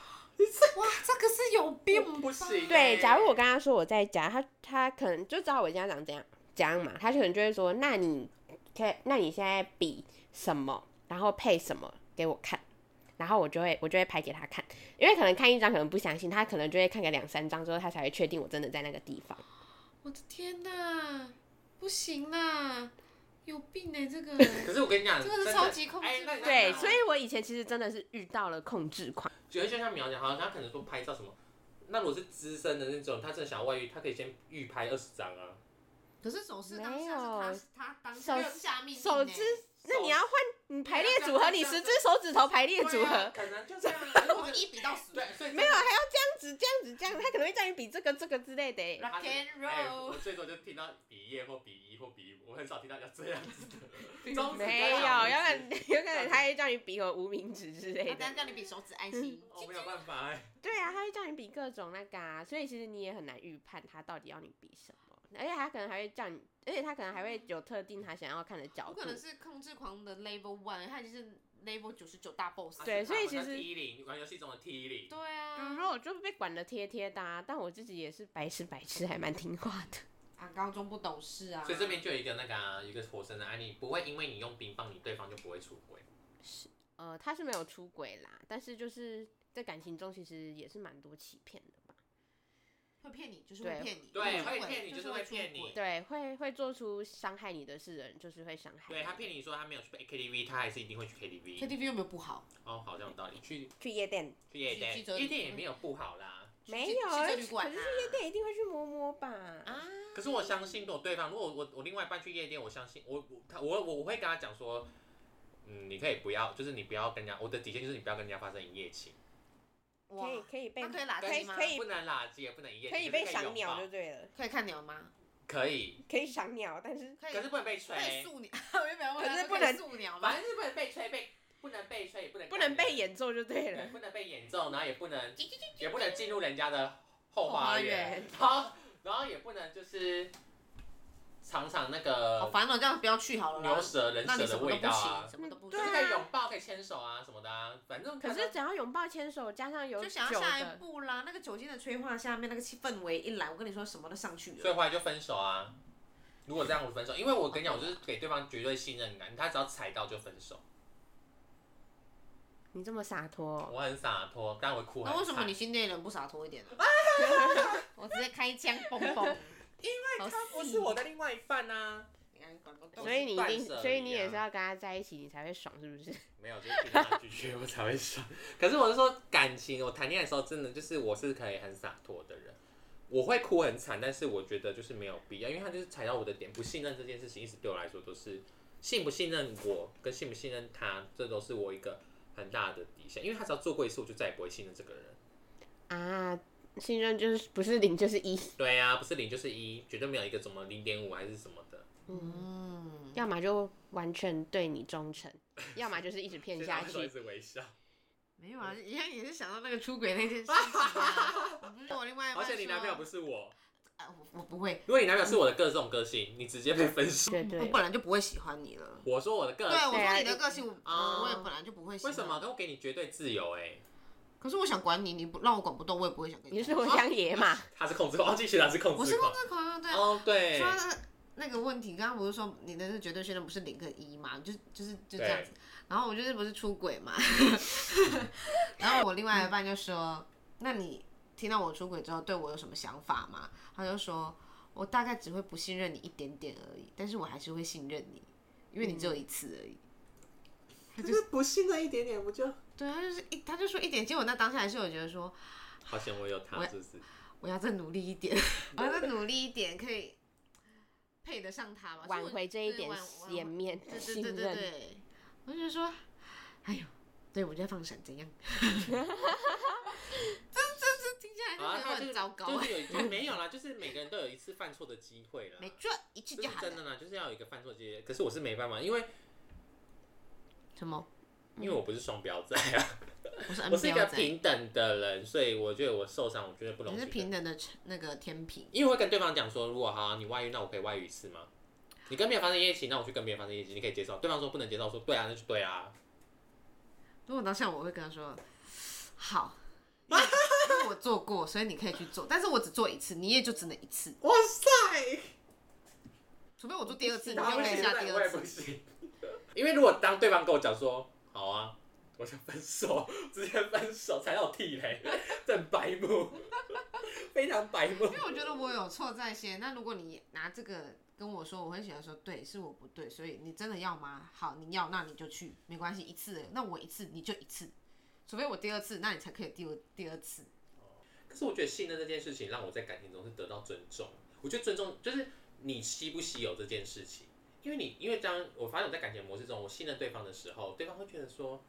B: 哇，这个是有病吧
C: 不行欸
A: 对，假如我跟他说我在家，他他可能就知道我家长怎样怎样嘛，他可能就会说，那你可以那你现在比什么，然后配什么给我看。然后我就会我就会拍给他看，因为可能看一张可能不相信，他可能就会看个两三张之后，他才会确定我真的在那个地方。
B: 我的天哪，不行啦，有病哎、这
C: *laughs*
B: 个
C: 可是我跟你讲，
B: 这个是
C: 真的
B: 超级控制
C: 哎那
B: 狂
A: 对，
C: 那
A: 所以我以前其实真的是遇到了控制狂。
C: 觉得就像苗讲，好像他可能说拍照什么，那如果是资深的那种，他真的想要外遇，他可以先预拍二十张啊。
B: 可是手势
A: 没
B: 当下是他
A: 有
B: 是他当
A: 手
B: 下是下命令
A: 手
B: 欸
A: 指那你要换你排列
C: 这样
A: 组合，
C: 这样
A: 你
C: 这样
A: 十只手指头排列组
C: 对
A: 合，
C: 啊可能就这样啊。如
B: 我
C: 果
B: 们一比到十，
C: 对，所以
A: 没有，还啊要这样子、这样子、这样，他可能会叫你比这个、这个之类的欸。
C: 他是
B: Rock and
C: 哎
B: roll
C: 我最多就听到比耶或比一或比五，我很少听到要这样子的。中指跟
A: 没有，有
C: 小拇指
A: 可能有可能他会叫你比我无名指之类
B: 他
A: 的
B: 等下。叫你比手指安心。
C: 我
B: *laughs*
C: 嗯没有办法哎。
A: 对啊，他会叫你比各种那个啊，所以其实你也很难预判他到底要你比什么，而且他可能还会叫你，而且他可能还会有特定他想要看的角
B: 我
A: 度
B: 可。能是控制狂的 level one，他已经是 level 九十九大 boss。
C: 啊
A: 对所以其实
C: 一零玩游戏中的 T 零，
B: 对
A: 然
B: 啊，
A: 后我就被管的贴贴的、啊，但我自己也是白痴白痴，还蛮听话的。
B: 啊，高中不懂事啊。
C: 所以这边就有一个那个啊一个活生的案例，不会因为你用冰棒，你对方就不会出轨。
A: 呃，他是没有出轨啦，但是就是在感情中其实也是蛮多欺骗的吧。
B: 会骗你，就是会
A: 对
B: 骗你，
C: 对
B: 会
C: 会骗你就是
B: 会
C: 会骗
B: 出
C: 你
B: 轨
A: 对，会会做出伤害你的事，人就是会伤害你。
C: 对他骗你说他没有去 KTV，他还是一定会去 KTV。
B: KTV 有没有不好？
C: 哦，好像有道理。去
A: 去夜店
C: 去夜
B: 去
C: 店，
B: 去
C: 夜店也没有不好啦。
A: 没
B: 去
A: 有
B: 汽
A: 啊，
B: 车
A: 可
B: 旅
A: 是
B: 馆
A: 去夜店一定会去摸摸吧？
B: 啊，
C: 可是我相信，如果对方如果我我另外一半去夜店，我相信我我他我我我会跟他讲说，嗯，你可以不要，就是你不要跟人家，我的底线就是你不要跟人家发生一夜情，
A: 可以
B: 哇，
A: 可以被
B: 那可以拉
A: 可以
B: 鸡吗？
A: 可以
C: 不能垃圾，也不能一夜情，
A: 可以
C: 可是
A: 被
C: 可以
A: 赏
C: 拥
A: 鸟
C: 抱
A: 就对了，
B: 可以看鸟吗？
C: 可以，
A: 可以赏鸟，但
B: *laughs*
A: 是
B: 可以，
C: 可是不能被
B: 可以
C: 吹，
B: 素鸟， *laughs* 我原本问
A: 可
B: 他
A: 是
B: 说
A: 不
B: 可以
A: 能
B: 素鸟吗
C: 反？正是不能被吹，被不能被吹，也不能
A: 不能
C: 干
A: 被
C: 人
A: 演奏就对
C: 对
A: 了。
C: 不能被演奏，然后也不能也不能进入人家的后
B: 后
C: 花
B: 花
C: 园
B: 园，
C: 然后然后也不能就是尝尝那
B: 好
C: 个
B: 烦哦，这样不要去好了
C: 牛
B: 啦。
C: 舌人
B: 那你
C: 舌
B: 什
C: 的
B: 么都
C: 味
B: 不
C: 道啊
B: 行，，什么都不
A: 对
C: 就
B: 行
C: 是
A: 啊。
C: 可以拥抱、可以牵手啊什么的啊，反正
A: *laughs* 可
C: 看
A: 是
C: 到
A: 只要拥抱牵手，加上有
B: 就
A: 酒
B: 想要下一
A: 的，
B: 步啦，那个酒精的催化下面，那个气氛围一来，我跟你说什么都上去
C: 所以
B: 了。
C: 后来就分手啊。如果这样我分手，因为我跟你讲，我就是给对方绝对信任感，他只要踩到就分手。
A: 你这么洒脱，哦
C: 我很洒脱，但我哭很
B: 那
C: 惨。
B: 为什么你心内人不洒脱一
A: *laughs*
B: 点呢？我直接开枪蹦蹦。因为
C: 他不是我的另外一半啊？
B: 你看管不动
A: 所以你一
C: 断
A: 定，
C: 舍
A: 所以
C: 离
A: 你也
C: 啊
A: 是要跟他在一起，你才会爽，是不是？ *laughs*
C: 没有，就是听到他拒绝我才会爽。可是我是说感情，我谈恋爱的时候真的就是我是可以很洒脱的人，我会哭很惨，但是我觉得就是没有必要，因为他就是踩到我的点，不信任这件事情一直对我来说都是信不信任我跟信不信任他，这都是我一个很大的底线，因为他只要做过一次，我就再也不会信任这个人。
A: 啊，信任就是不是零就是一，
C: 对呀、不是零就是一，绝对没有一个怎么零点五还是什么的。
B: 嗯，
A: 要么就完全对你忠诚，要么就是一直骗下
C: 所以他们都一
A: 去。
C: 直微笑。
B: 没有啊，一样也是想到那个出轨那件事
A: *laughs*
B: 情啊。我不是我另外一
C: 而
B: 半
C: 且你男朋友不
B: 说
C: 是我，
B: 啊，我我不会，
C: 如果你男朋友是我的个这种个性，你直接被分手。
A: 对
B: 我
A: 对，
B: 本来就不会喜欢你了。
C: 我说我的个
B: 对，我
C: 性，
B: 说你的个性，我呃
C: 啊
B: 我也本来就不会喜
C: 为
B: 欢。
C: 什么？？都给你绝对自由哎、
B: 可是我想管你，你不让我管不动，我也不会想跟
A: 你
B: 你。
A: 是我乡野嘛？
C: 他是控制狂，哦，继续他啊是控
B: 我
C: 制
B: 是控
C: 狂。
B: 制狂，对啊。
C: 哦，对
B: 说，到那个问题，刚刚不是说你的那个绝对训练不是零跟一嘛，就就是就这样子。然后我就是不是出轨嘛， *laughs* 然后我另外一半就说：“那你听到我出轨之后，对我有什么想法吗？”他就说：“我大概只会不信任你一点点而已，但是我还是会信任你，因为你只有一次而已。
C: 就是不信任一点点，不就？
B: 对，他就是一，他就说一点。结果那当下还是我觉得说，
C: 好险我有他，是不是？
B: 我要再努力一点， *laughs* 我要再努力一点，可以配得上他嘛，所以
A: 挽
B: 我
A: 回这一
B: 对
A: 点
B: 挽挽回
A: 颜面、
B: 对对
A: 信
B: 对对
A: 任，
B: 对，我就说，哎呦，对我在放闪怎样？ *laughs* 这这这听起来
C: 啊，
B: 就觉得
C: 他就
B: 很
C: 是
B: 糟糕
C: 就
B: 哎、*laughs*
C: 是有一句没有啦，就是每个人都有一次犯错的机会啦。
B: 没错，一次
C: 这
B: 就是好
C: 真
B: 了。嗯
C: 的啦，就是要有一个犯错的机会。可是我是没办法，因为
B: 什么？
C: 因为我不是双标仔啊，
B: 我是 N
C: 我是一个
B: 嗯标仔，
C: 平等的人，所以我觉得我受伤，我觉得不容
B: 你
C: 许
B: 是
C: 的。
B: 平等的那个天平。
C: 因为我会跟对方讲说，如果哈你外遇，那我可以外遇一次吗？你跟别人发生一夜情，那我去跟别人发生一夜情，你可以接受？对方说不能接受，我说对啊，那就对啊。
B: 如果当下我会跟他说，
C: *laughs*
B: 好。因为因为我做过，所以你可以去做，但是我只做一次，你也就只能一次，
C: 哇塞！
B: 除非我做第二次，你
C: 然
B: 就
C: 后
B: 可以下第
C: 我也
B: 二
C: 不
B: 次。
C: 行，因为如果当对方跟我讲说好啊，我就分手，直接分手才有地雷， *laughs* 真白目， *laughs* 非常白目
B: 因。为我觉得我有错在先，那如果你拿这个跟我说，我会想说，对，是我不对，所以你真的要吗？好，你要，那你就去，没关系，一次而已，那我一次你就一次，除非我第二次，那你才可以第二第二次。
C: 可是我觉得信任这件事情，让我在感情中是得到尊重。我觉得尊重就是你稀不稀有这件事情，因为你因为当我发现我在感情模式中，我信任对方的时候，对方会觉得说，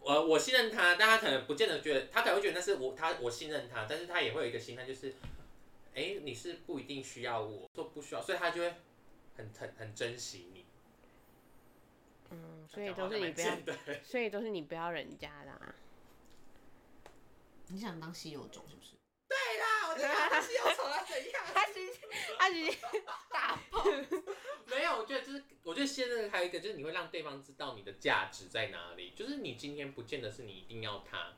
C: 我我信任他，但他可能不见得觉得，他可能会觉得那是我他我信任他，但是他也会有一个心态，就是，哎、你是不一定需要我，说不需要，所以他就会很很很珍惜你。
A: 嗯，所以都是你不
C: 讲
A: 要
C: 话，蛮贱的
A: 所以都是你不要人家的啊。
B: 你想当稀有种是不是？
C: 啊，我觉得他是要从他怎样？
A: 他直接他直接大炮，
C: 没有，我觉得就是，我觉得现在还有一个就是，你会让对方知道你的价值在哪里。就是你今天不见得是你一定要他，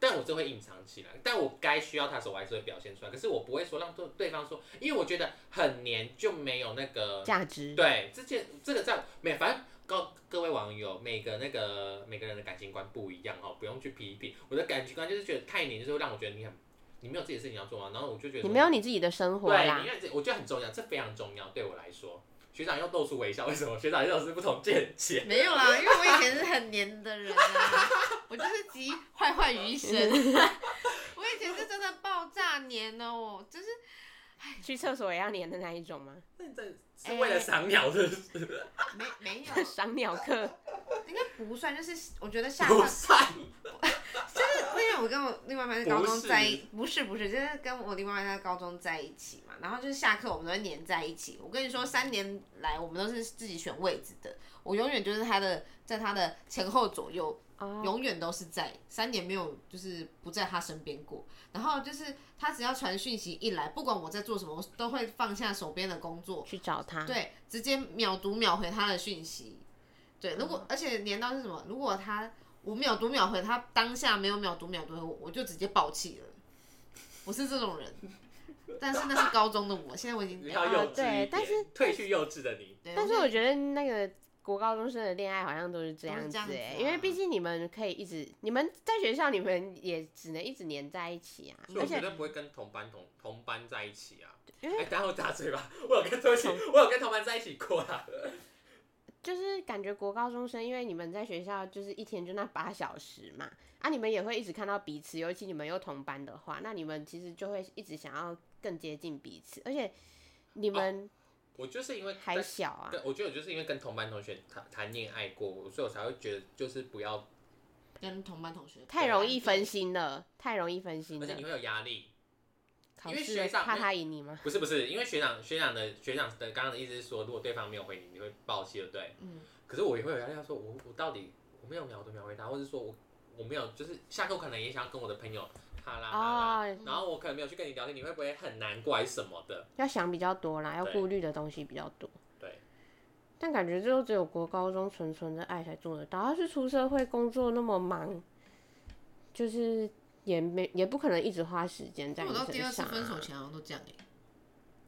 C: 但我这会隐藏起来。但我该需要他的时候，我还是会表现出来。可是我不会说让对对方说，因为我觉得很黏就没有那个
A: 价值。
C: 对，这件这个在每反正告各位网友，每个那个每个人的感情观不一样哦，不用去批评。我的感情观就是觉得太黏，就是会让我觉得你很你没有自己的事情要做啊，然后我就觉得
A: 你
C: 说
A: 没有你自己的生活
C: 对，
A: 啦
C: 你，看这，我觉得很重要，这非常重要，对我来说。学长又露出微笑，为什么？学长又是不同见解。
B: *laughs* 没有啦，因为我以前是很黏的人啊，我就是集坏坏于一身。 *laughs* 我以前是真的爆炸黏的哦，就是
A: 去厕所也要黏的那一种吗？ *laughs*
C: 那这是为
A: 哎
C: 了赏鸟，是不是？
B: 没没有，
A: 赏鸟客，
B: 应该不算，就是我觉得下
C: 不
B: 半
C: 算。
B: 就是因 *laughs* 为我跟我另外一半在高中在一
C: 不，
B: 不是不是，就是跟我另外一半在高中在一起嘛，然后就是下课我们都会黏在一起。我跟你说，三年来我们都是自己选位置的，我永远就是他的，在他的前后左右，
A: 哦，
B: 永远都是在三年没有就是不在他身边过。然后就是他只要传讯息一来，不管我在做什么，我都会放下手边的工作，
A: 去找他。
B: 对，直接秒读秒回他的讯息。对，如果、而且连到是什么？如果他我秒读秒回，他当下没有秒读秒读回我，我就直接爆气了。我是这 *laughs* 种人，但是那是高中的我，现在我已经
C: 你要幼稚一点，
A: 啊对但是
C: 退去幼稚的你，
B: 对，
A: 但是我
B: 现在
A: 觉得那个国高中生的恋爱好像都是这
B: 都是
A: 样
B: 这
A: 子
B: 样子
A: 哎、
B: 啊
A: 因为毕竟你们可以一直，你们在学校你们也只能一直黏在一起啊，
C: 所以
A: 而
C: 我绝
A: 且
C: 对不会跟同班同同班在一起啊。
A: 因为
C: 哎，等下我打嘴巴，我有跟对不起，我有跟同班在一起过啊。
A: 就是感觉国高中生，因为你们在学校就是一天就那八小时嘛，啊，你们也会一直看到彼此，尤其你们又同班的话，那你们其实就会一直想要更接近彼此，而且你们
C: 我就是因为
A: *laughs* 还小啊，
C: 对，我觉得我就是因为跟同班同学谈谈恋爱过，所以我才会觉得就是不要，
B: 跟同班同学
A: 太容易分心了，太容易分心
C: 啊而且
A: 了
C: 你。会有压力。
A: 考
C: 因为
A: 试
C: 学长
A: 怕他赢你吗？
C: 不是不是，因为学长学长的学长的刚刚的意思是说，如果对方没有回你，你会爆气，对不对？
B: 嗯。
C: 可是我也会有压力，他说我我到底我我没有秒，我都没有回答，或者说我我没有，就是下课我可能也想要跟我的朋友哈啦哈啦，
A: 哦，
C: 然后我可能没有去跟你聊天，你会不会很难过还是什么的？
A: 要想比较多啦，要
C: 对
A: 顾虑的东西比较多。
C: 对，
A: 但感觉就只有国高中纯纯的爱才做得到，要是出社会工作那么忙，就是也没也不可能一直花时间在
B: 我
A: 你
B: 到第
A: 身
B: 二次
A: 上、
B: 分手
A: 啊。
B: 前好像都这样哎、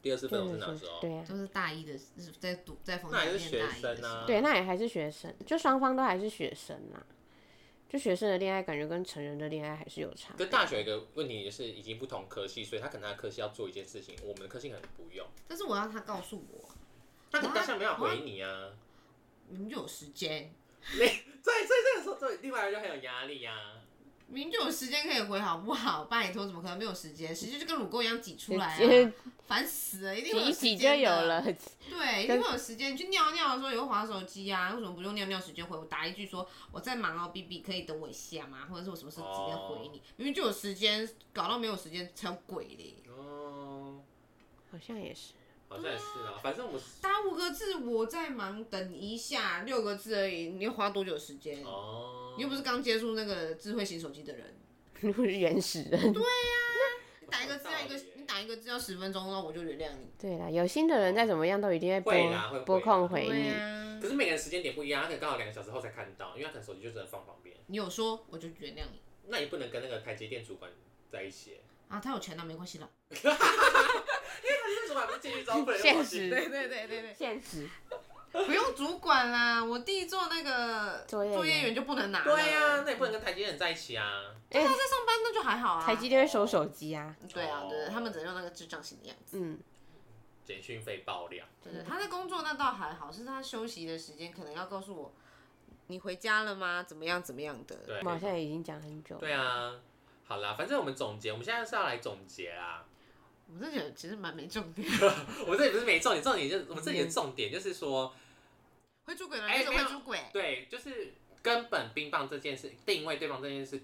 C: 第二次分手
A: 对啊
C: 是哪时候？
A: 对呀、
B: 都是大一的，是在读在逢
C: 那
B: 甲
C: 还是
B: 念大
C: 学
B: 一的
C: 生
B: 时候
C: 啊，
A: 对，那也还是学生，就双方都还是学生啦。就学生的恋爱感觉跟成人的恋爱还是有差。
C: 跟大学有一个问题也是已经不同科系，所以他可能他的科系要做一件事情，我们的科系可能不用。
B: 但是我要他告诉我，
C: 那你当下没有回你啊，
B: 明明就有时间，
C: 所以所以这个时候，对另外一个人就很有压力啊。
B: 明明就有时间可以回，好不好？拜托，怎么可能没有时间？时间就跟乳沟一样挤出来、啊，烦死了，一定
A: 嗯
B: 会
A: 挤
B: 有
A: 一
B: 时间
A: 挤就
B: 的
A: 有了，
C: 啊
B: 对，一定会有时间。你去尿尿的时候也会划手机啊，为什么不用尿尿时间回？我打一句说我在忙哦，B B 可以等我一下吗？或者是我什么时候直接回
A: 哦
B: 你？明明就有时间，搞到没有时间才有鬼嘞！
C: 哦，
A: *laughs* 好像也是。
C: 好像也是啊，反正我是
B: 打五个字我在忙，等一下六个字而已，你要花多久时间？
C: 哦，
B: 你又不是刚接触那个智慧型手机的人，
A: 如果是原始人，
B: 你打一个字要一个
C: 我知道耶，
B: 你打一个字要十分钟，那我就原谅你。
A: 对啦，有心的人再怎么样都一定会拨
C: 会啦会
A: 拨
C: 会
A: 空
C: 啦
A: 回
B: 对
A: 哎
B: 啊
A: 你。
B: 呀、
C: 可是每个人时间点不一样，他可能刚好两个小时后才看到，因为他可能手机就只能放旁边，
B: 你有说我就原谅你
C: 那也不能跟那个台积电主管在一起。
B: 啊，他有钱了、没关系了。
C: 那为什么还不是继续
B: *laughs*
C: 招人？
A: 现实
B: 对对对对对。
A: 现实
B: *laughs* 不用主管啦，我弟做那个
A: 作业员
B: 员就不能拿了。
C: *laughs* 对呀、那也不能跟台积电在一起啊。
B: 但他在上班那就还好啊。
A: 台积电会收手机啊，
B: 对啊，对
C: 哦
B: 对，他们只能用那个智障型的样子。
A: 嗯，
C: 简讯费爆量，
B: 对对，他在工作那倒还好，是他休息的时间可能要告诉我，你回家了吗？怎么样怎么样的。
C: 对
A: 我们好像已经讲很久了。
C: 对啊，好啦，反正我们总结，我们现在是要来总结啦。
B: 我真的觉得其实蛮没重点。
C: 我们这里不是没重点，重点就是我们这
B: 嗯
C: 里的重点就是说，
B: 会出轨的
C: 哎
B: 人就是会
C: 没有
B: 出轨。
C: 对，就是根本冰棒这件事，定位对方这件事。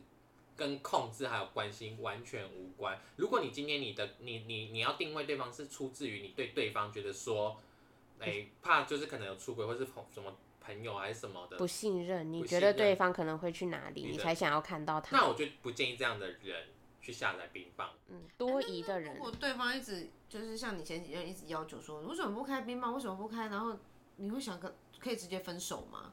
C: 跟控制还有关心完全无关。如果你今天你的你你你要定位对方是出自于你对对方觉得说，哎、怕就是可能有出轨或是朋什么朋友还是什么的，
A: 不信任，你
C: 不
A: 觉
C: 信
A: 得
C: 任
A: 对方可能会去哪里，
C: 你
A: 你
C: 的
A: 才想要看到
C: 那
A: 他。
C: 我就不建议这样的人去下载冰棒。
A: 嗯，多疑的人
B: 如，果对方一直就是像你前几任一直要求说，你为什么不开冰棒？为什么不开？然后你会想跟可以直接分手吗？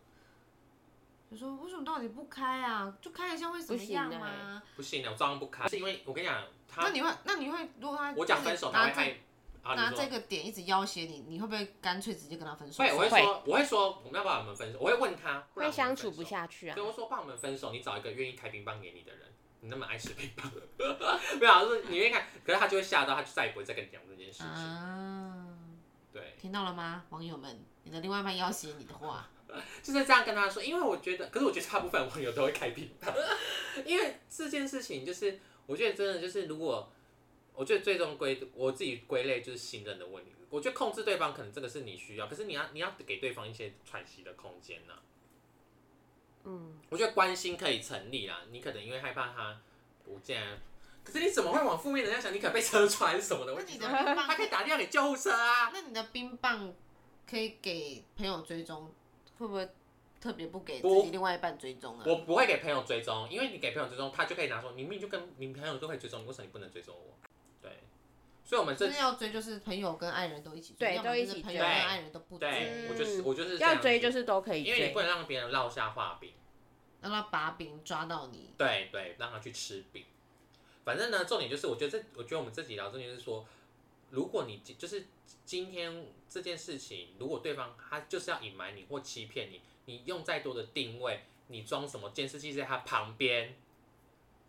B: 就说为什么到底不开啊？就开一下会怎么样
A: 不行
B: 吗、
A: 欸
C: 不行啊，我照样不开，是因为我跟你讲，
B: 那
C: 他
B: 你会，那你会，如果他
C: 我讲分手，
B: 拿
C: 他会害
B: 这
C: 啊，
B: 拿
C: 你
B: 这
C: 说。
B: 个点一直要挟你，你会不会干脆直接跟他分手？
C: 会，我会
A: 会
C: 说，我会说，我们要不要我们分手？我会问他，然我
A: 会
C: 们
A: 相
C: 分
A: 处不
C: 手。
A: 下去啊
C: 所以。我说，帮我们分手，你找一个愿意开冰棒给你的人。你那么爱吃冰棒， *laughs* 没有啊，就是你愿意看，可是他就会吓到，他就再也不会再跟你讲这件事情。
B: 啊，
C: 对，
B: 听到了吗，网友们？你的另外一半要挟你的话，
C: 就是这样跟他说，因为我觉得，可是我觉得大部分网友都会开冰棒， *laughs* 因为这件事情就是，我觉得真的就是，如果我觉得最终归我自己归类就是信任的问题，我觉得控制对方可能这个是你需要，可是你要你要给对方一些喘息的空间呐、
A: 嗯，
C: 我觉得关心可以成立啦，你可能因为害怕他不见，可是你怎么会往负面的想？你可能被车穿什么的，
B: 那
C: 我
B: 你的冰棒
C: 他可以打电话给救护车啊。
B: 那你的冰棒可以给朋友追踪，会不会特别不给自
C: 不
B: 己另外一半追
A: 嗯
B: 踪啊？
C: 我不会给朋友追踪，因为你给朋友追踪，他就可以拿说，你明明就跟你朋友都可以追踪，你为什么你不能追踪我？对，所以我们这
B: 真的要追就是朋友跟爱人都一起追，
A: 对
B: 要么就是
A: 都一起追
B: 朋友跟爱人都不
C: 对
B: 追，
C: 我就是我就是这
A: 嗯
C: 样
A: 要
C: 子
A: 追就，是都可以
C: 因为你
A: 追
C: 不，能让别人落下画饼，
B: 让他把柄抓到你。
C: 对对，让他去吃饼。反正呢，重点就是，我觉得这，我觉得我们这集聊重点就是说，如果你今就是今天这件事情，如果对方他就是要隐瞒你或欺骗你，你用再多的定位，你装什么监视器在他旁边，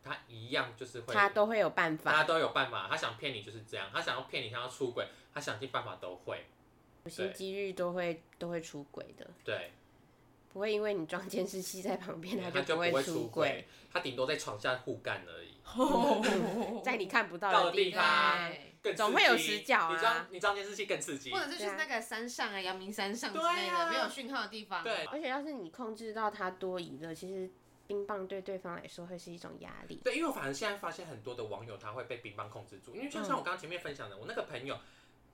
C: 他一样就是会
A: 他都会有办
C: 大家
A: 法。
C: 都有办法，他想骗你就是这样，他想要骗你，想要出轨，他想尽办法都会。
A: 有些机遇都会都会出轨的，
C: 对，
A: *laughs* 不会因为你装监视器在旁边，
C: 他
A: 就
C: 就
A: 不
C: 会
A: 出
C: 轨。，他顶多在床下互干而已。
A: *laughs* 在你看不
C: 到
A: 到
C: 的
A: 地
C: 地方
A: 方，
C: 更
A: 总
C: 刺
A: 会有
C: 激
A: 死角啊
C: 你知道，你知道这件事情更刺激
B: 或。者是去
A: 对啊
B: 那个山上啊，阳明山上之
C: 对啊
B: 类的没有讯号的地方。
C: 对
A: 而且要是你控制到他多疑了，其实冰棒对对方来说会是一种压力。
C: 对，因为我反正现在发现很多的网友他会被冰棒控制住，因为就像我刚刚前面分享的，我那个朋友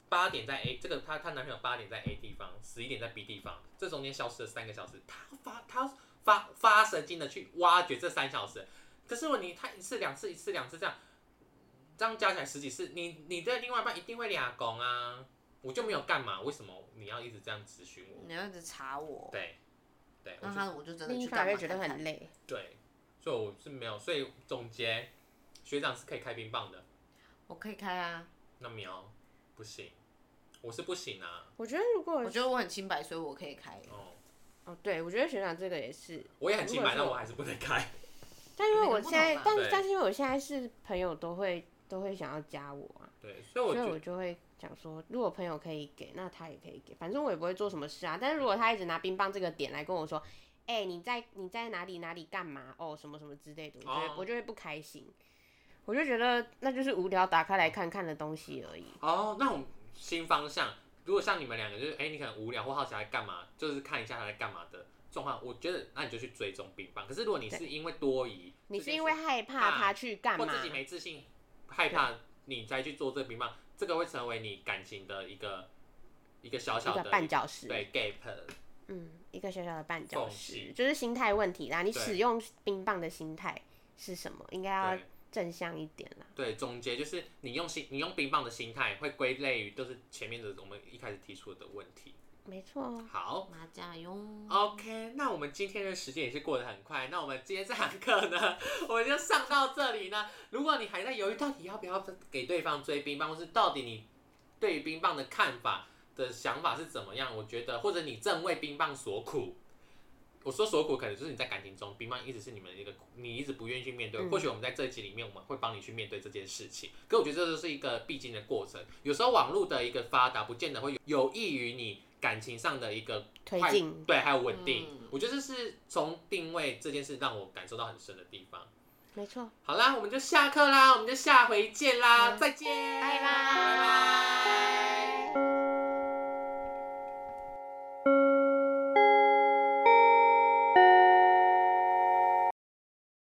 C: 八点在 A，这个她她男朋友八点在 A 地方，十一点在 B 地方，这中间消失了三个小时，他发他发发发神经的去挖掘这三小时。可是我你他一次两次一次两次这样，这样加起来十几次，你你对另外一半一定会俩拱啊。我就没有干嘛，为什么你要一直这样咨询我？
B: 你要一直查我，
C: 对，对，我
B: 那
C: 就
B: 他我就真的
A: 另一
B: 去
A: 方
B: 干
A: 会
B: 嘛
A: 觉得
B: 看
A: 很
B: 看
A: 累。
C: 对，所以我是没有，所以总结，学长是可以开冰棒的，
B: 我可以开啊，
C: 那苗不行，我是不行啊。
A: 我觉得如果
B: 我觉得我很清白，所以我可以开。
C: 哦，
A: 哦，对，我觉得学长这个也是，
C: 我也很清白，
A: 如果
C: 但
A: 是
C: 我还是不
A: *laughs*
C: 能开。
A: 但因为
B: 每个
A: 我
B: 不
A: 现在
B: 同，吧
A: 但是
C: 对
A: 但是因为我现在是朋友都会都会想要加我啊，
C: 对，所以我
A: 所以
C: 就
A: 我就会想说，如果朋友可以给，那他也可以给，反正我也不会做什么事啊。但是如果他一直拿冰棒这个点来跟我说，哎、你在你在哪里哪里干嘛哦，什么什么之类的，我觉得、
C: 哦
A: 我就会不开心，我就觉得那就是无聊打开来看看的东西而已。
C: 哦，那种新方向，如果像你们两个就是，哎、你可能无聊或好奇他在干嘛，就是看一下他在干嘛的状况，我觉得那你就去追踪冰棒。可是如果你是因为多疑，
A: 你
C: 这
A: 是
C: 件
A: 因
C: 事
A: 为害怕他去干
C: 或
A: 嘛？
C: 自己没自信，害怕你再去做这个冰棒，这个会成为你感情的一个一个小
A: 一
C: 小
A: 个
C: 的
A: 绊脚石，
C: 对 gap。
A: 嗯，一个小小的绊脚
C: 缝
A: 石，
C: 隙
A: 就是心态问题啦。你
C: 对
A: 使用冰棒的心态是什么？应该要
C: 对
A: 正向一点啦。
C: 对，总结就是你用心，你用冰棒的心态会归类于就是前面的我们一开始提出的问题。
A: 没错哦，
C: 好，
B: 马甲用
C: OK，那我们今天的时间也是过得很快。那我们今天这堂课呢， *laughs* 我们就上到这里呢。如果你还在犹豫到底要不要给对方追冰棒，或是到底你对于冰棒的看法的想法是怎么样，我觉得或者你正为冰棒所苦。我说所苦，可能就是你在感情中，冰棒一直是你们的一个苦，你一直不愿意去面对。
A: 嗯
C: 或许我们在这一集里面，我们会帮你去面对这件事情。可我觉得这就是一个必经的过程。有时候网络的一个发达，不见得会有有益于你感情上的一个
A: 推
C: 快
A: 进
C: 对，还有稳定。
B: 嗯
C: 我觉得这是从定位这件事让我感受到很深的地方。
A: 没错。
C: 好啦，我们就下课啦，我们就下回见啦，
B: 嗯
C: 再见，
A: 拜拜
C: 拜拜